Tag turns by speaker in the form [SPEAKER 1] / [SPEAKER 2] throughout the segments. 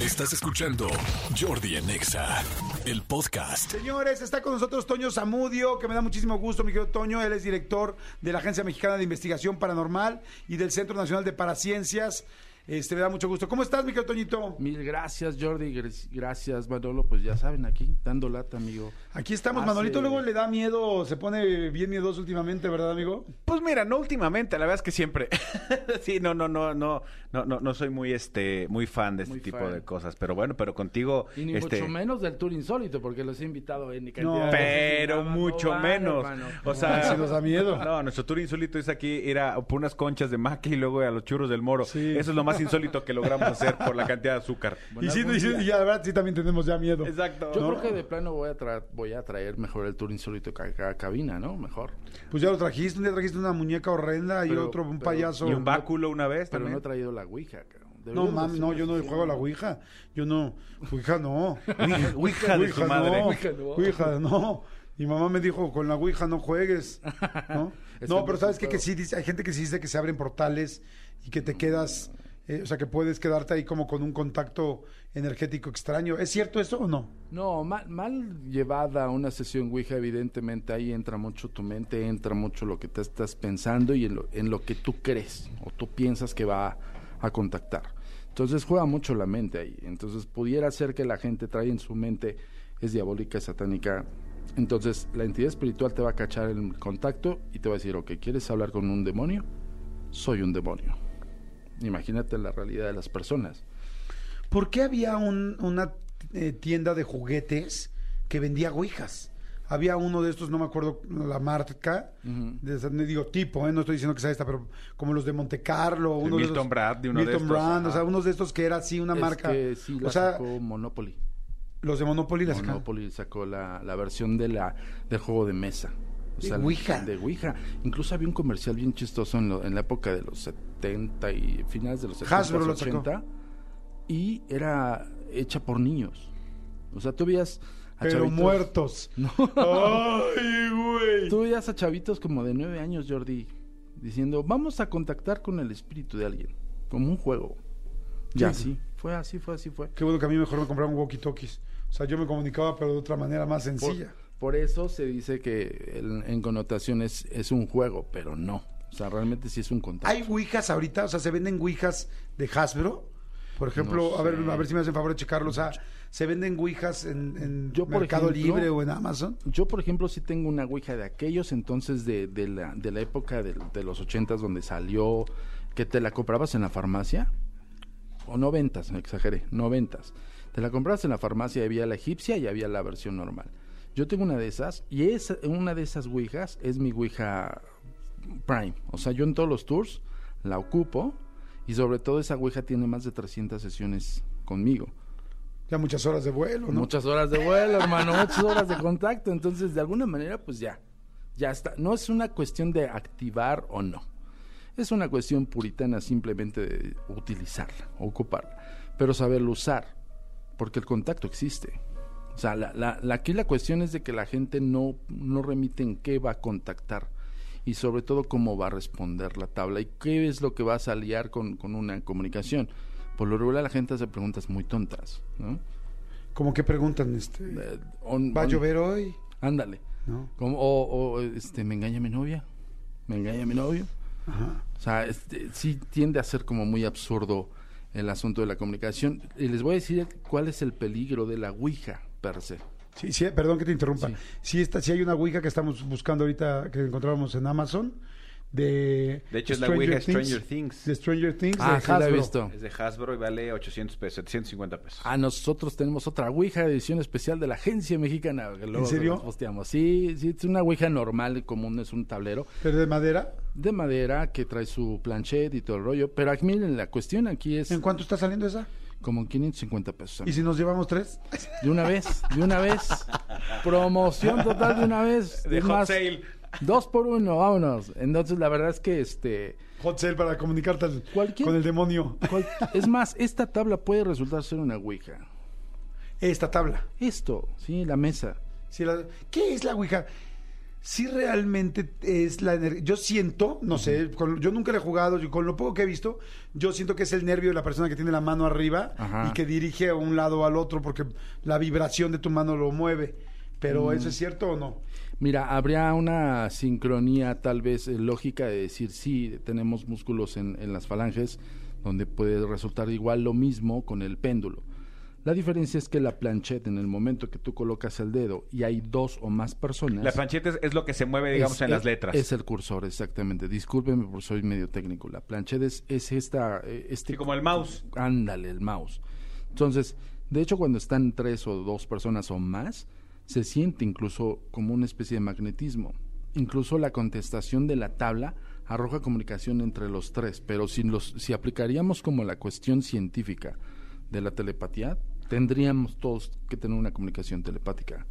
[SPEAKER 1] Estás escuchando Jordi en EXA, el podcast.
[SPEAKER 2] Señores, está con nosotros Toño Zamudio, que me da muchísimo gusto, mi querido Toño. Él es director de la Agencia Mexicana de Investigación Paranormal y del Centro Nacional de Paraciencias. Este, me da mucho gusto. ¿Cómo estás, mi querido Toñito?
[SPEAKER 3] Mil gracias, Jordi. gr- Gracias, Manolo. Pues ya saben, aquí, dando lata, amigo.
[SPEAKER 2] Aquí estamos.
[SPEAKER 3] Hace-
[SPEAKER 2] Manolito luego le da miedo, se pone bien miedoso últimamente, ¿verdad, amigo?
[SPEAKER 4] Pues mira, no últimamente, la verdad es que siempre. sí, no, no, no, no, no, no, no soy muy este, muy fan de este
[SPEAKER 3] Muy
[SPEAKER 4] tipo
[SPEAKER 3] fan.
[SPEAKER 4] de cosas. Pero bueno, pero contigo,
[SPEAKER 3] Y ni
[SPEAKER 4] este,
[SPEAKER 3] mucho menos del tour insólito, porque los he invitado en
[SPEAKER 2] No,
[SPEAKER 3] cantidad de veces y
[SPEAKER 4] pero
[SPEAKER 3] nada, no
[SPEAKER 4] mucho
[SPEAKER 3] van,
[SPEAKER 4] menos.
[SPEAKER 3] hermano.
[SPEAKER 4] O
[SPEAKER 2] Ah,
[SPEAKER 4] sea,
[SPEAKER 2] sí nos da miedo.
[SPEAKER 4] No, nuestro tour insólito es aquí ir a por unas conchas de maqui y luego a los churros del moro.
[SPEAKER 2] Sí.
[SPEAKER 4] Eso es lo más insólito que logramos hacer por la cantidad de azúcar.
[SPEAKER 3] Bueno,
[SPEAKER 2] y sí,
[SPEAKER 3] algún
[SPEAKER 2] y sí,
[SPEAKER 3] día.
[SPEAKER 2] y ya, la verdad, sí también tenemos ya miedo.
[SPEAKER 4] Exacto.
[SPEAKER 3] Yo
[SPEAKER 2] No.
[SPEAKER 3] creo que de plano voy a, tra- voy a traer mejor el tour insólito que acá cabina, ¿no? Mejor.
[SPEAKER 2] Pues ya lo trajiste, un día trajiste una muñeca horrenda y
[SPEAKER 3] Pero-
[SPEAKER 2] otro, un
[SPEAKER 3] pero-
[SPEAKER 2] payaso.
[SPEAKER 4] Y un báculo una vez
[SPEAKER 3] Pero
[SPEAKER 4] también.
[SPEAKER 3] no he traído la Ouija, cabrón.
[SPEAKER 2] No,
[SPEAKER 3] Deberíamos
[SPEAKER 2] mami,
[SPEAKER 3] hacer
[SPEAKER 2] no,
[SPEAKER 3] una
[SPEAKER 2] yo no
[SPEAKER 3] sesión,
[SPEAKER 2] juego a la Ouija. Yo no. Ouija no.
[SPEAKER 4] Ouija- Ouija de su madre.
[SPEAKER 2] No.
[SPEAKER 3] Ouija no.
[SPEAKER 2] Ouija no. Mi mamá me dijo, con la Ouija no juegues. No,
[SPEAKER 3] Es
[SPEAKER 2] No,
[SPEAKER 3] que
[SPEAKER 2] pero
[SPEAKER 3] no
[SPEAKER 2] ¿sabes
[SPEAKER 3] se
[SPEAKER 2] qué? Que
[SPEAKER 3] puede.
[SPEAKER 2] sí, dice, hay gente que sí dice que se abren portales y que te quedas, eh, o sea, que puedes quedarte ahí como con un contacto energético extraño. ¿Es cierto eso o no?
[SPEAKER 3] No, mal, mal llevada una sesión Ouija, evidentemente ahí entra mucho tu mente, entra mucho lo que te estás pensando y en lo, en lo que tú crees o tú piensas que va a, a contactar. Entonces juega mucho la mente ahí. Entonces pudiera ser que la gente trae en su mente es diabólica, es satánica. Entonces la entidad espiritual te va a cachar el contacto y te va a decir, ok, ¿quieres hablar con un demonio? Soy un demonio. Imagínate la realidad de las personas.
[SPEAKER 2] ¿Por qué había un- una eh, tienda de juguetes que vendía ouijas? Había uno de estos, no me acuerdo la marca, de esa- no digo tipo, eh, no estoy diciendo que sea esta, pero como los de Monte Carlo, uno de
[SPEAKER 4] Milton
[SPEAKER 2] esos-
[SPEAKER 4] Brand, de uno de
[SPEAKER 2] Milton
[SPEAKER 4] estos,
[SPEAKER 2] Brand, o
[SPEAKER 4] ajá.
[SPEAKER 2] sea, unos de estos que era así una
[SPEAKER 3] Es
[SPEAKER 2] marca.
[SPEAKER 3] que sí la
[SPEAKER 2] o sea,
[SPEAKER 3] sacó Monopoly.
[SPEAKER 2] los de Monopoly las sacaron.
[SPEAKER 3] Monopoly sacó la, la versión de la del juego de mesa.
[SPEAKER 2] ¿De Ouija?
[SPEAKER 3] De Ouija. Incluso había un comercial bien chistoso en, lo- en la época de los 70 y finales de los 70
[SPEAKER 2] Hasbro lo sacó.
[SPEAKER 3] 80. Y era hecha por niños. O sea, tú veías a
[SPEAKER 2] Pero
[SPEAKER 3] Ah, chavitos-
[SPEAKER 2] muertos.
[SPEAKER 3] No.
[SPEAKER 2] ¡Ay, güey!
[SPEAKER 3] Tú veías a chavitos como de 9 años, Jordi, diciendo, vamos a contactar con el espíritu de alguien. Como un juego. Y
[SPEAKER 2] Sí.
[SPEAKER 3] así. Fue así, fue así, fue.
[SPEAKER 2] Qué bueno que a mí mejor me compraron walkie-talkies. O sea, yo me comunicaba, pero de otra manera más
[SPEAKER 3] Por,
[SPEAKER 2] sencilla.
[SPEAKER 3] por eso se dice que el- en connotaciones es un juego, pero no. O sea, realmente sí es un contacto.
[SPEAKER 2] ¿Hay ouijas ahorita? O sea, ¿se venden ouijas de Hasbro? Por ejemplo,
[SPEAKER 3] No
[SPEAKER 2] a, ver,
[SPEAKER 3] sé.
[SPEAKER 2] a ver si me hacen favor de checarlo. O sea, ¿se venden ouijas en, en
[SPEAKER 3] Yo, por
[SPEAKER 2] Mercado
[SPEAKER 3] ejemplo,
[SPEAKER 2] Libre o en Amazon?
[SPEAKER 3] Yo, por ejemplo, sí tengo una ouija de aquellos entonces de, de la, de la época del- de, los ochentas donde salió, que te la comprabas en la farmacia, o noventas, no exageré, noventas. Te la comprabas en la farmacia, había la egipcia y había la versión normal. Yo tengo una de esas, y es una de esas ouijas es mi ouija Prime. O sea, yo en todos los tours la ocupo, y sobre todo esa ouija tiene más de 300 sesiones conmigo.
[SPEAKER 2] Ya muchas horas de vuelo, ¿no?
[SPEAKER 3] Muchas horas de vuelo, hermano, muchas horas de contacto. Entonces, de alguna manera, pues ya, ya está. No es una cuestión de activar o no. Es una cuestión puritana simplemente de utilizarla, ocuparla, pero saberlo usar, porque el contacto existe. O sea, la, la- la- aquí la cuestión es de que la gente no, no remite en qué va a contactar y sobre todo cómo va a responder la tabla y qué es lo que vas a liar con, con una comunicación. Por lo regular la gente hace preguntas muy tontas, ¿no?
[SPEAKER 2] Como que preguntan, este,
[SPEAKER 3] Eh, on-
[SPEAKER 2] ¿va a
[SPEAKER 3] on-
[SPEAKER 2] llover hoy?
[SPEAKER 3] Ándale.
[SPEAKER 2] ¿No?
[SPEAKER 3] Como, o, o, este, me engaña mi novia. Me engaña mi novio.
[SPEAKER 2] Ajá.
[SPEAKER 3] O sea, este, sí tiende a ser como muy absurdo el asunto de la comunicación. Y les voy a decir cuál es el peligro de la Ouija per se.
[SPEAKER 2] Sí, sí, perdón que te interrumpa. Sí,
[SPEAKER 3] Sí.
[SPEAKER 2] está, sí hay una ouija que estamos buscando ahorita, que encontramos en Amazon, de...
[SPEAKER 4] De hecho, es la ouija Stranger Things.
[SPEAKER 2] De Stranger Things.
[SPEAKER 3] Ah,
[SPEAKER 2] de
[SPEAKER 3] sí la he
[SPEAKER 2] Hasbro.
[SPEAKER 3] visto.
[SPEAKER 4] Es de Hasbro y vale 800 pesos, 750 pesos.
[SPEAKER 3] Ah, nosotros tenemos otra Ouija edición especial de la Agencia Mexicana. que luego
[SPEAKER 2] serio?
[SPEAKER 3] las posteamos. Sí, sí, es una Ouija normal y común, es un tablero.
[SPEAKER 2] Pero de madera.
[SPEAKER 3] De madera que trae su planchet y todo el rollo. Pero aquí, miren, la cuestión aquí es
[SPEAKER 2] ¿En cuánto está saliendo esa?
[SPEAKER 3] como 550 pesos.
[SPEAKER 2] ¿Y si nos llevamos tres?
[SPEAKER 3] De una vez, de una vez. Promoción total de una vez.
[SPEAKER 4] De
[SPEAKER 3] Es
[SPEAKER 4] hot sale.
[SPEAKER 3] Dos por uno, vámonos. Entonces, la verdad es que este.
[SPEAKER 2] Hot sale para comunicarte al-
[SPEAKER 3] Cualquier-
[SPEAKER 2] con el demonio.
[SPEAKER 3] cual- es más, esta tabla puede resultar ser una ouija.
[SPEAKER 2] Esta tabla.
[SPEAKER 3] Esto, sí, la mesa.
[SPEAKER 2] Sí, la- ¿Qué es la Ouija? si realmente es la energía. Yo siento, no sé, con- yo nunca le he jugado, yo- con lo poco que he visto, yo siento que es el nervio de la persona que tiene la mano arriba
[SPEAKER 3] Ajá.
[SPEAKER 2] y que dirige a un lado o al otro porque la vibración de tu mano lo mueve. Pero ¿eso es cierto o no?
[SPEAKER 3] Mira, habría una sincronía tal vez eh, lógica de decir, sí, tenemos músculos en, en las falanges, donde puede resultar igual lo mismo con el péndulo. La diferencia es que la plancheta, en el momento que tú colocas el dedo y hay dos o más personas...
[SPEAKER 4] La plancheta es, es lo que se mueve, digamos,
[SPEAKER 3] es-
[SPEAKER 4] en las
[SPEAKER 3] es-
[SPEAKER 4] letras.
[SPEAKER 3] Es el cursor, exactamente. Discúlpeme por soy medio técnico. La plancheta es, es esta... eh, Este
[SPEAKER 4] Sí, como el mouse.
[SPEAKER 3] Ándale, el mouse. Entonces, de hecho, cuando están tres o dos personas o más, se siente incluso como una especie de magnetismo. Incluso la contestación de la tabla arroja comunicación entre los tres, pero si, los, si aplicaríamos como la cuestión científica de la telepatía, tendríamos todos que tener una comunicación telepática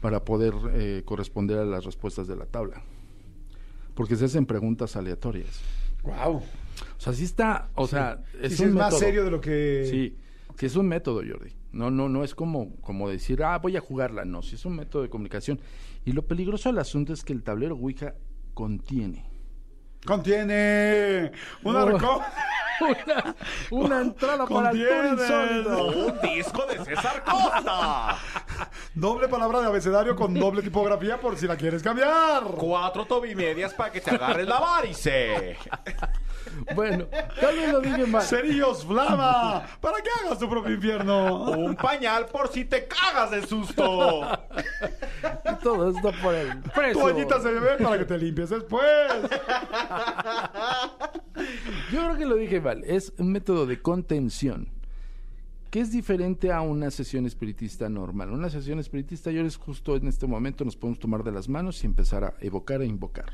[SPEAKER 3] para poder eh, corresponder a las respuestas de la tabla. Porque se hacen preguntas aleatorias.
[SPEAKER 2] ¡Wow!
[SPEAKER 3] O sea, sí está, o sea, es
[SPEAKER 2] Es,
[SPEAKER 3] un
[SPEAKER 2] más
[SPEAKER 3] método.
[SPEAKER 2] serio de lo que.
[SPEAKER 3] Sí, sí es un método, Jordi. No, no, no es como, como decir, ah, voy a jugarla. No, sí es un método de comunicación. Y lo peligroso del asunto es que el tablero Ouija contiene
[SPEAKER 2] Contiene un
[SPEAKER 3] No.
[SPEAKER 2] arco.
[SPEAKER 3] una, una entrada para el tour
[SPEAKER 2] Contiene.
[SPEAKER 3] insólito.
[SPEAKER 4] ¡Un disco de César Costa!
[SPEAKER 2] Doble palabra de abecedario con doble tipografía por si la quieres cambiar.
[SPEAKER 4] Cuatro tobimedias para que te agarres la varice.
[SPEAKER 3] Bueno, tal vez lo dije mal.
[SPEAKER 2] Cerillos Flama, para que hagas tu propio infierno.
[SPEAKER 4] Un pañal por si te cagas de susto.
[SPEAKER 3] Todo esto por el precio.
[SPEAKER 2] Toallitas de bebé para que te limpies después.
[SPEAKER 3] Yo creo que lo dije mal. Es un método de contención que es diferente a una sesión espiritista normal. Una sesión espiritista, yo les justo en este momento nos podemos tomar de las manos y empezar a evocar e invocar.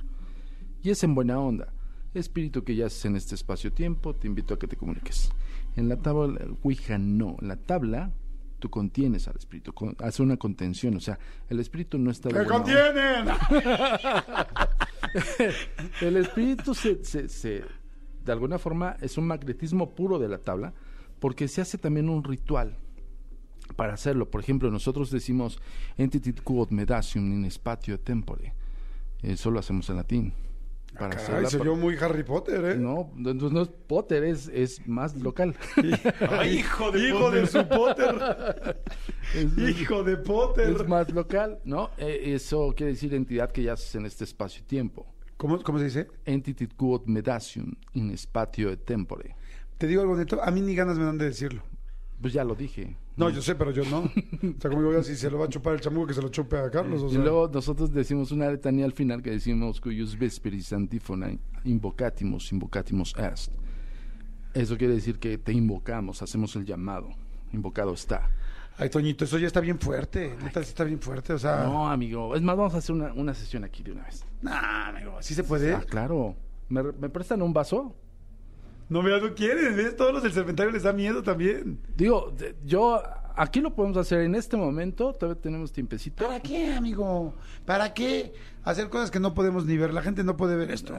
[SPEAKER 3] Y es en buena onda. Espíritu que ya yaces en este espacio-tiempo, te invito a que te comuniques. En la tabla Ouija no. En la tabla tú contienes al espíritu, con- hace una contención. O sea, el espíritu no está... de
[SPEAKER 2] ¡Que
[SPEAKER 3] buena onda.
[SPEAKER 2] contienen!
[SPEAKER 3] El espíritu se, se- se- de alguna forma es un magnetismo puro de la tabla, porque se hace también un ritual para hacerlo. Por ejemplo, nosotros decimos entitit quod medasium in spatio tempore. Eh, Eso lo hacemos en latín. Para
[SPEAKER 2] Ah, Caray,
[SPEAKER 3] hacerla-
[SPEAKER 2] se oyó muy Harry Potter, ¿eh?
[SPEAKER 3] No, no, no es Potter, es, es más local.
[SPEAKER 4] Ay, hijo de
[SPEAKER 2] Hijo
[SPEAKER 4] puta.
[SPEAKER 2] de su Potter.
[SPEAKER 3] Es-
[SPEAKER 2] Hijo de Potter.
[SPEAKER 3] es más local, ¿no? Eh, Eso quiere decir entidad que ya en este espacio y tiempo.
[SPEAKER 2] ¿Cómo, cómo se dice?
[SPEAKER 3] Entitit quod medasium in spatio tempore.
[SPEAKER 2] Te digo algo neto, a mí ni ganas me dan de decirlo.
[SPEAKER 3] Pues ya lo dije.
[SPEAKER 2] No, yo sé, pero yo no. O sea, como yo si se lo va a chupar el chamuco que se lo chupe a Carlos. O
[SPEAKER 3] Y
[SPEAKER 2] sea,
[SPEAKER 3] luego nosotros decimos una letanía al final que decimos cuyus vesperis antífona invocatimus, invocatimus est. Eso quiere decir que te invocamos, hacemos el llamado. Invocado está.
[SPEAKER 2] Ay, Toñito, eso ya está bien fuerte. Neta, sí está bien fuerte. O sea, no,
[SPEAKER 3] No, amigo. Es más, vamos a hacer una, una sesión aquí de una vez.
[SPEAKER 2] amigo, ¿sí se puede?
[SPEAKER 3] Ah, claro. ¿Me, me prestan un vaso?
[SPEAKER 2] No, mira, no quieren. ¿ves? Todos los del cementerio les da miedo también.
[SPEAKER 3] Digo, de- yo aquí lo podemos hacer en este momento. Todavía tenemos tiempecito.
[SPEAKER 2] ¿Para qué, amigo? ¿Para qué hacer cosas que no podemos ni ver? La gente no puede ver esto.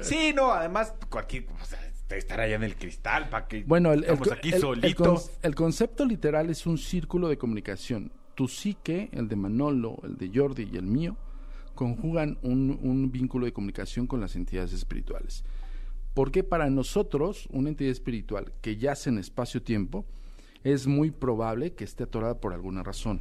[SPEAKER 4] Sí, no, además, cualquier. O sea, estar allá en el cristal para que.
[SPEAKER 3] Bueno, el, el
[SPEAKER 4] estamos
[SPEAKER 3] co-
[SPEAKER 4] aquí
[SPEAKER 3] el- el
[SPEAKER 4] solitos.
[SPEAKER 3] con- el concepto literal es un círculo de comunicación. Tu psique, el de Manolo, el de Jordi y el mío, conjugan un, un vínculo de comunicación con las entidades espirituales. Porque para nosotros, una entidad espiritual que yace en espacio-tiempo, es muy probable que esté atorada por alguna razón.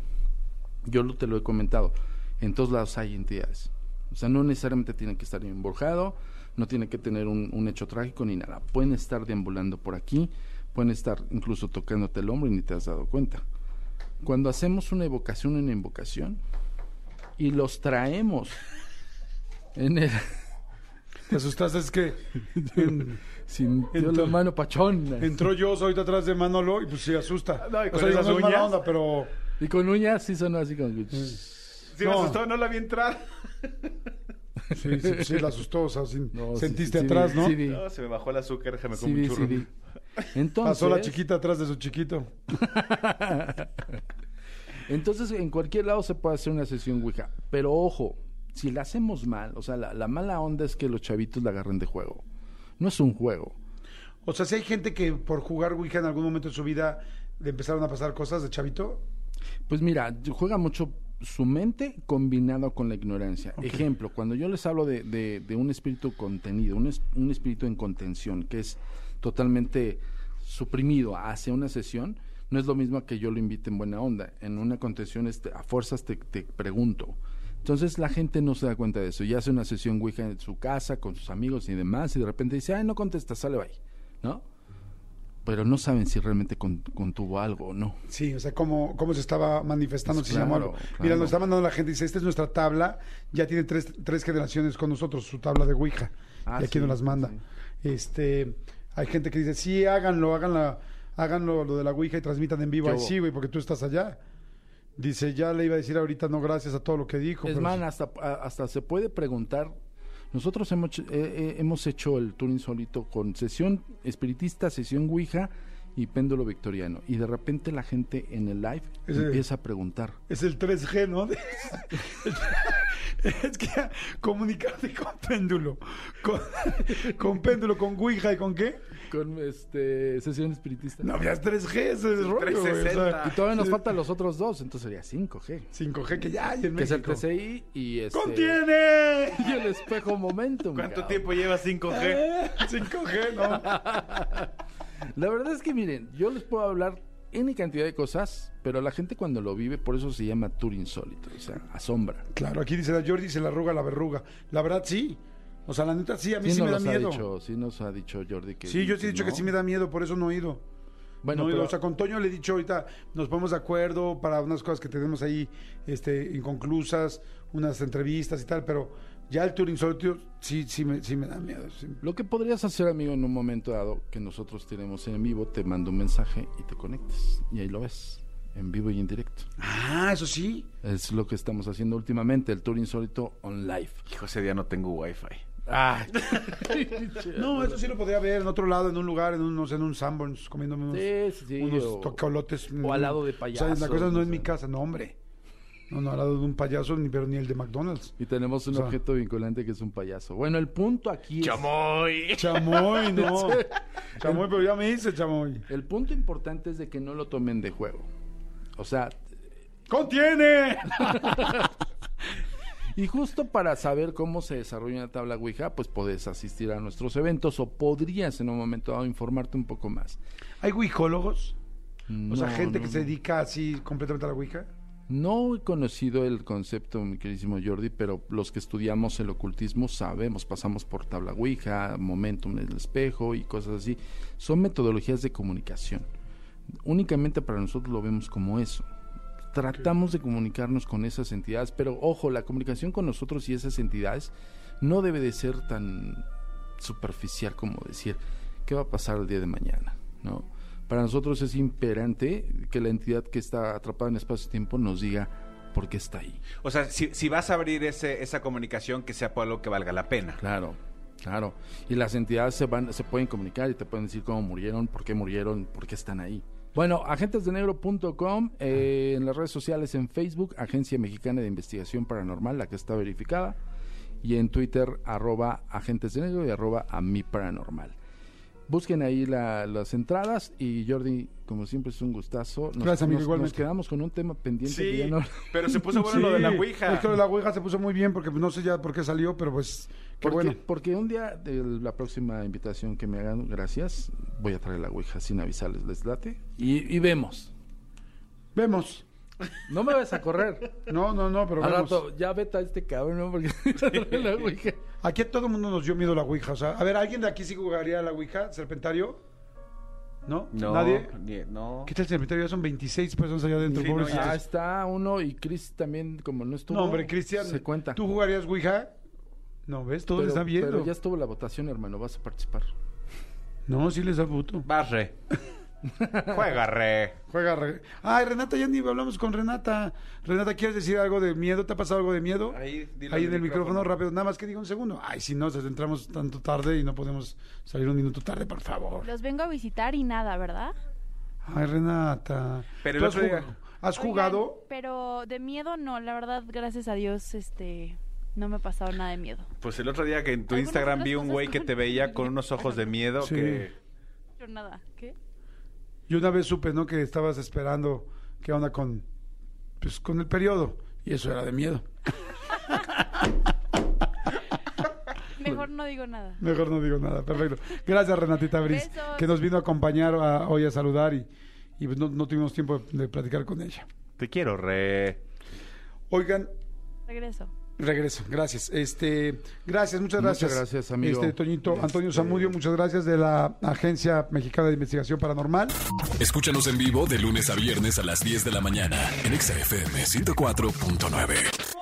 [SPEAKER 3] Yo lo- te lo he comentado. En todos lados hay entidades. O sea, no necesariamente tienen que estar embrujado, no tienen que tener un, un hecho trágico ni nada. Pueden estar deambulando por aquí, pueden estar incluso tocándote el hombro y ni te has dado cuenta. Cuando hacemos una evocación, una invocación, y los traemos en el...
[SPEAKER 2] Te asustaste, Pues es que en-
[SPEAKER 3] Sintió la
[SPEAKER 2] Entonces-
[SPEAKER 3] mano pachona.
[SPEAKER 2] entró yo ahorita atrás de Manolo y pues sí asusta.
[SPEAKER 4] No, y
[SPEAKER 2] o
[SPEAKER 4] con
[SPEAKER 2] sea, digo,
[SPEAKER 4] esas
[SPEAKER 2] no es mala
[SPEAKER 4] uñas.
[SPEAKER 2] onda, pero
[SPEAKER 3] Y con uñas sí sonó así como... que-
[SPEAKER 4] Sí, me
[SPEAKER 2] No.
[SPEAKER 4] asustó, no la vi entrar.
[SPEAKER 2] sí, sí, sí la asustó. O sea, sí-
[SPEAKER 3] No, oh, sí,
[SPEAKER 2] sentiste
[SPEAKER 3] sí, sí,
[SPEAKER 2] atrás,
[SPEAKER 3] sí,
[SPEAKER 2] ¿no? Ah,
[SPEAKER 3] sí, vi.
[SPEAKER 4] No, Ah, se me bajó el azúcar, déjame
[SPEAKER 3] Sí,
[SPEAKER 4] comer un
[SPEAKER 3] vi, sí,
[SPEAKER 4] churro.
[SPEAKER 3] vi. Entonces...
[SPEAKER 2] Pasó la chiquita atrás de su chiquito.
[SPEAKER 3] Entonces, en cualquier lado se puede hacer una sesión Ouija. Pero ojo, si la hacemos mal, o sea, la, la mala onda es que los chavitos la agarren de juego. No es un juego.
[SPEAKER 2] O sea, si hay gente que por jugar Ouija en algún momento de su vida le empezaron a pasar cosas de chavito.
[SPEAKER 3] Pues mira, juega mucho su mente combinado con la ignorancia. Ejemplo, cuando yo les hablo de, de- de un espíritu contenido, un, es- un espíritu en contención, que es totalmente suprimido hacia una sesión, no es lo mismo que yo lo invite en buena onda. En una contención este, a fuerzas te, te pregunto. Entonces la gente no se da cuenta de eso. Y hace una sesión Ouija en su casa, con sus amigos y demás, y de repente dice, ay, no contesta, sale bye. ¿No? Pero no saben si realmente con- contuvo algo o no.
[SPEAKER 2] Sí, o sea, cómo, cómo se estaba manifestando,
[SPEAKER 3] Pues
[SPEAKER 2] si se llamó
[SPEAKER 3] claro,
[SPEAKER 2] algo. Mira,
[SPEAKER 3] claro.
[SPEAKER 2] nos está mandando la gente, dice, esta es nuestra tabla, ya tiene tres, tres generaciones con nosotros, su tabla de Ouija.
[SPEAKER 3] Ah,
[SPEAKER 2] y aquí
[SPEAKER 3] sí,
[SPEAKER 2] nos las manda. Este, hay gente que dice, sí, háganlo, háganla, háganlo lo de la Ouija y transmitan en vivo.
[SPEAKER 3] ¿Qué
[SPEAKER 2] Ay,
[SPEAKER 3] hubo?
[SPEAKER 2] sí, güey, porque tú estás allá. Dice, ya le iba a decir ahorita no gracias a todo lo que dijo.
[SPEAKER 3] Es
[SPEAKER 2] pero
[SPEAKER 3] más,
[SPEAKER 2] sí.
[SPEAKER 3] hasta, a- hasta se puede preguntar. Nosotros hemos, hecho- eh, eh, hemos hecho el tour insólito con sesión espiritista, sesión Ouija y péndulo victoriano. Y de repente la gente en el live
[SPEAKER 2] Ese-
[SPEAKER 3] empieza a preguntar.
[SPEAKER 2] Es el 3G, ¿no? es que comunicarte con péndulo. Con, con péndulo, con Ouija y con qué?
[SPEAKER 3] Con este sesión espiritista.
[SPEAKER 2] No, ya es 3G, ese es rollo, güey, o sea,
[SPEAKER 4] 360.
[SPEAKER 3] Y todavía nos faltan los otros dos, entonces sería 5G.
[SPEAKER 2] 5G que ya hay en
[SPEAKER 3] Que es el
[SPEAKER 2] México.
[SPEAKER 3] TCI y este.
[SPEAKER 2] ¡Contiene!
[SPEAKER 3] Y el espejo momentum.
[SPEAKER 4] ¿Cuánto
[SPEAKER 3] cabrón.
[SPEAKER 4] tiempo lleva 5G?
[SPEAKER 2] 5G, ¿no?
[SPEAKER 3] La verdad es que miren, yo les puedo hablar N cantidad de cosas, pero la gente cuando lo vive, por eso se llama tour insólito, o sea, asombra.
[SPEAKER 2] Claro, aquí dice la Jordi, se la arruga la verruga. La verdad, sí. O sea, la neta, sí, a mí sí, me da
[SPEAKER 3] nos
[SPEAKER 2] miedo.
[SPEAKER 3] Ha dicho, sí nos ha dicho Jordi que...
[SPEAKER 2] Sí, yo sí he dicho que
[SPEAKER 3] no.
[SPEAKER 2] sí me da miedo, por eso no he ido.
[SPEAKER 3] Bueno,
[SPEAKER 2] No he ido.
[SPEAKER 3] pero-
[SPEAKER 2] O sea, con Toño le he dicho ahorita, nos ponemos de acuerdo para unas cosas que tenemos ahí este, inconclusas, unas entrevistas y tal, pero ya el Touring Solitario sí, sí, me, sí me da miedo. sí.
[SPEAKER 3] Lo que podrías hacer, amigo, en un momento dado que nosotros tenemos en vivo, te mando un mensaje y te conectas. Y ahí lo ves, en vivo y en directo.
[SPEAKER 2] Ah, eso sí.
[SPEAKER 3] Es lo que estamos haciendo últimamente, el tour insólito on live.
[SPEAKER 4] Hijo, ese día no tengo wifi.
[SPEAKER 3] Ah,
[SPEAKER 2] No, eso sí lo podría ver en otro lado, en un lugar, en un, no sé, en un Sanborns, comiéndome unos,
[SPEAKER 3] Sí, sí, sí,
[SPEAKER 2] unos
[SPEAKER 3] o-
[SPEAKER 2] tocolotes.
[SPEAKER 3] o al lado de
[SPEAKER 2] O sea,
[SPEAKER 3] payasos,
[SPEAKER 2] la cosa no
[SPEAKER 3] o
[SPEAKER 2] es mi
[SPEAKER 3] sea.
[SPEAKER 2] casa, no, hombre. No, no, al lado de un payaso, ni, pero ni el de McDonald's.
[SPEAKER 3] Y tenemos un
[SPEAKER 2] O sea.
[SPEAKER 3] objeto vinculante que es un payaso. Bueno, el punto aquí es...
[SPEAKER 4] ¡Chamoy!
[SPEAKER 2] Chamoy, no. chamoy, pero ya me hice chamoy.
[SPEAKER 3] El punto importante es de que no lo tomen de juego. O sea,
[SPEAKER 2] ¡Contiene!
[SPEAKER 3] Y justo para saber cómo se desarrolla una tabla Ouija, pues podés asistir a nuestros eventos o podrías en un momento dado informarte un poco más.
[SPEAKER 2] ¿Hay wijólogos? o sea,
[SPEAKER 3] No,
[SPEAKER 2] gente
[SPEAKER 3] no,
[SPEAKER 2] que
[SPEAKER 3] no.
[SPEAKER 2] se dedica así completamente a la Ouija.
[SPEAKER 3] No he conocido el concepto, mi queridísimo Jordi, pero los que estudiamos el ocultismo sabemos, pasamos por tabla Ouija, momentum en el espejo y cosas así. Son metodologías de comunicación. Únicamente para nosotros lo vemos como eso. Tratamos de comunicarnos con esas entidades, pero ojo, la comunicación con nosotros y esas entidades no debe de ser tan superficial como decir, ¿qué va a pasar el día de mañana? ¿No? Para nosotros es imperante que la entidad que está atrapada en espacio-tiempo nos diga por qué está ahí.
[SPEAKER 4] O sea, si, si vas a abrir ese, esa comunicación, que sea por algo que valga la pena.
[SPEAKER 3] Claro, claro. Y las entidades se van, se pueden comunicar y te pueden decir cómo murieron, por qué murieron, por qué están ahí. Bueno, agentesdenegro.com, eh, en las redes sociales, en Facebook, Agencia Mexicana de Investigación Paranormal, la que está verificada, y en Twitter, arroba Agentes de Negro y arroba a mi paranormal. Busquen ahí la- las entradas y Jordi, como siempre, es un gustazo. Nos,
[SPEAKER 2] Gracias, amigo,
[SPEAKER 3] nos-
[SPEAKER 2] igualmente.
[SPEAKER 3] nos quedamos con un tema pendiente que ya
[SPEAKER 4] Sí,
[SPEAKER 3] no-
[SPEAKER 4] pero se
[SPEAKER 3] Pues
[SPEAKER 4] puso bueno lo de la Ouija.
[SPEAKER 2] Esto de la Ouija se puso muy bien porque pues, no sé ya por qué salió, pero pues qué
[SPEAKER 3] Porque,
[SPEAKER 2] bueno.
[SPEAKER 3] porque un día, de la próxima invitación que me hagan, gracias, voy a traer la Ouija sin avisarles, les late. Y, y vemos.
[SPEAKER 2] Vemos.
[SPEAKER 3] No me vas a correr.
[SPEAKER 2] No, no, no, pero
[SPEAKER 3] Al
[SPEAKER 2] vemos.
[SPEAKER 3] rato, ya vete a este cabrón, ¿no? porque la Ouija.
[SPEAKER 2] Aquí a todo el mundo nos dio miedo la Ouija. O sea, a ver, ¿alguien de aquí sí jugaría a la Ouija? ¿Serpentario? ¿No?
[SPEAKER 4] No,
[SPEAKER 2] ¿Nadie?
[SPEAKER 4] ni- no.
[SPEAKER 2] ¿Qué tal el serpentario? Ya son 26 personas allá adentro.
[SPEAKER 4] Sí, no,
[SPEAKER 2] pobrecitos.
[SPEAKER 3] Ah, está uno y Chris también, como no estuvo.
[SPEAKER 2] No, hombre, Cristian.
[SPEAKER 3] Se cuenta.
[SPEAKER 2] ¿Tú jugarías Ouija? No, ¿ves? Todo
[SPEAKER 3] pero,
[SPEAKER 2] le está viendo.
[SPEAKER 3] pero ya estuvo la votación, hermano, vas a participar.
[SPEAKER 2] No, sí les da puto.
[SPEAKER 4] Vas, re. Juega, re.
[SPEAKER 2] Juega. Re- Ay, Renata, ya ni hablamos con Renata. Renata, ¿quieres decir algo de miedo? ¿Te ha pasado algo de miedo?
[SPEAKER 4] Ahí, dilo
[SPEAKER 2] Ahí
[SPEAKER 4] al
[SPEAKER 2] en el micrófono,
[SPEAKER 4] micrófono.
[SPEAKER 2] rápido. Nada más que diga un segundo. Ay, si no, nos entramos tanto tarde y no podemos salir un minuto tarde, por favor.
[SPEAKER 5] Los vengo a visitar y nada, ¿verdad?
[SPEAKER 2] Ay, Renata.
[SPEAKER 4] Pero
[SPEAKER 2] ¿Tú
[SPEAKER 4] el
[SPEAKER 2] has,
[SPEAKER 4] otro
[SPEAKER 2] jugado-
[SPEAKER 4] día-
[SPEAKER 2] has
[SPEAKER 5] Oigan,
[SPEAKER 2] jugado?
[SPEAKER 5] pero de miedo no, la verdad, gracias a Dios, este, no me ha pasado nada de miedo.
[SPEAKER 4] Pues el otro día que en tu
[SPEAKER 5] Algunas
[SPEAKER 4] Instagram
[SPEAKER 5] otras
[SPEAKER 4] vi un
[SPEAKER 5] cosas
[SPEAKER 4] güey que
[SPEAKER 5] con-
[SPEAKER 4] te veía con unos ojos de miedo
[SPEAKER 2] Sí.
[SPEAKER 4] que...
[SPEAKER 5] Yo nada, ¿qué?
[SPEAKER 2] Yo una vez supe, ¿no? Que estabas esperando qué onda con, pues, con el periodo. Y eso era de miedo.
[SPEAKER 5] Mejor no digo nada.
[SPEAKER 2] Mejor no digo nada, perfecto. Gracias Renatita Briz,
[SPEAKER 5] Besos.
[SPEAKER 2] que nos vino a acompañar a- hoy a saludar y, y pues no, no tuvimos tiempo de, de platicar con ella.
[SPEAKER 4] Te quiero, re.
[SPEAKER 2] Oigan,
[SPEAKER 5] Regreso.
[SPEAKER 2] regreso, gracias. Este, gracias, muchas
[SPEAKER 3] Muchas
[SPEAKER 2] gracias.
[SPEAKER 3] gracias, amigo.
[SPEAKER 2] Este, Toñito, Antonio Zamudio, muchas gracias de la Agencia Mexicana de Investigación Paranormal.
[SPEAKER 1] Escúchanos en vivo de lunes a viernes a las 10 de la mañana en Exa FM 104.9.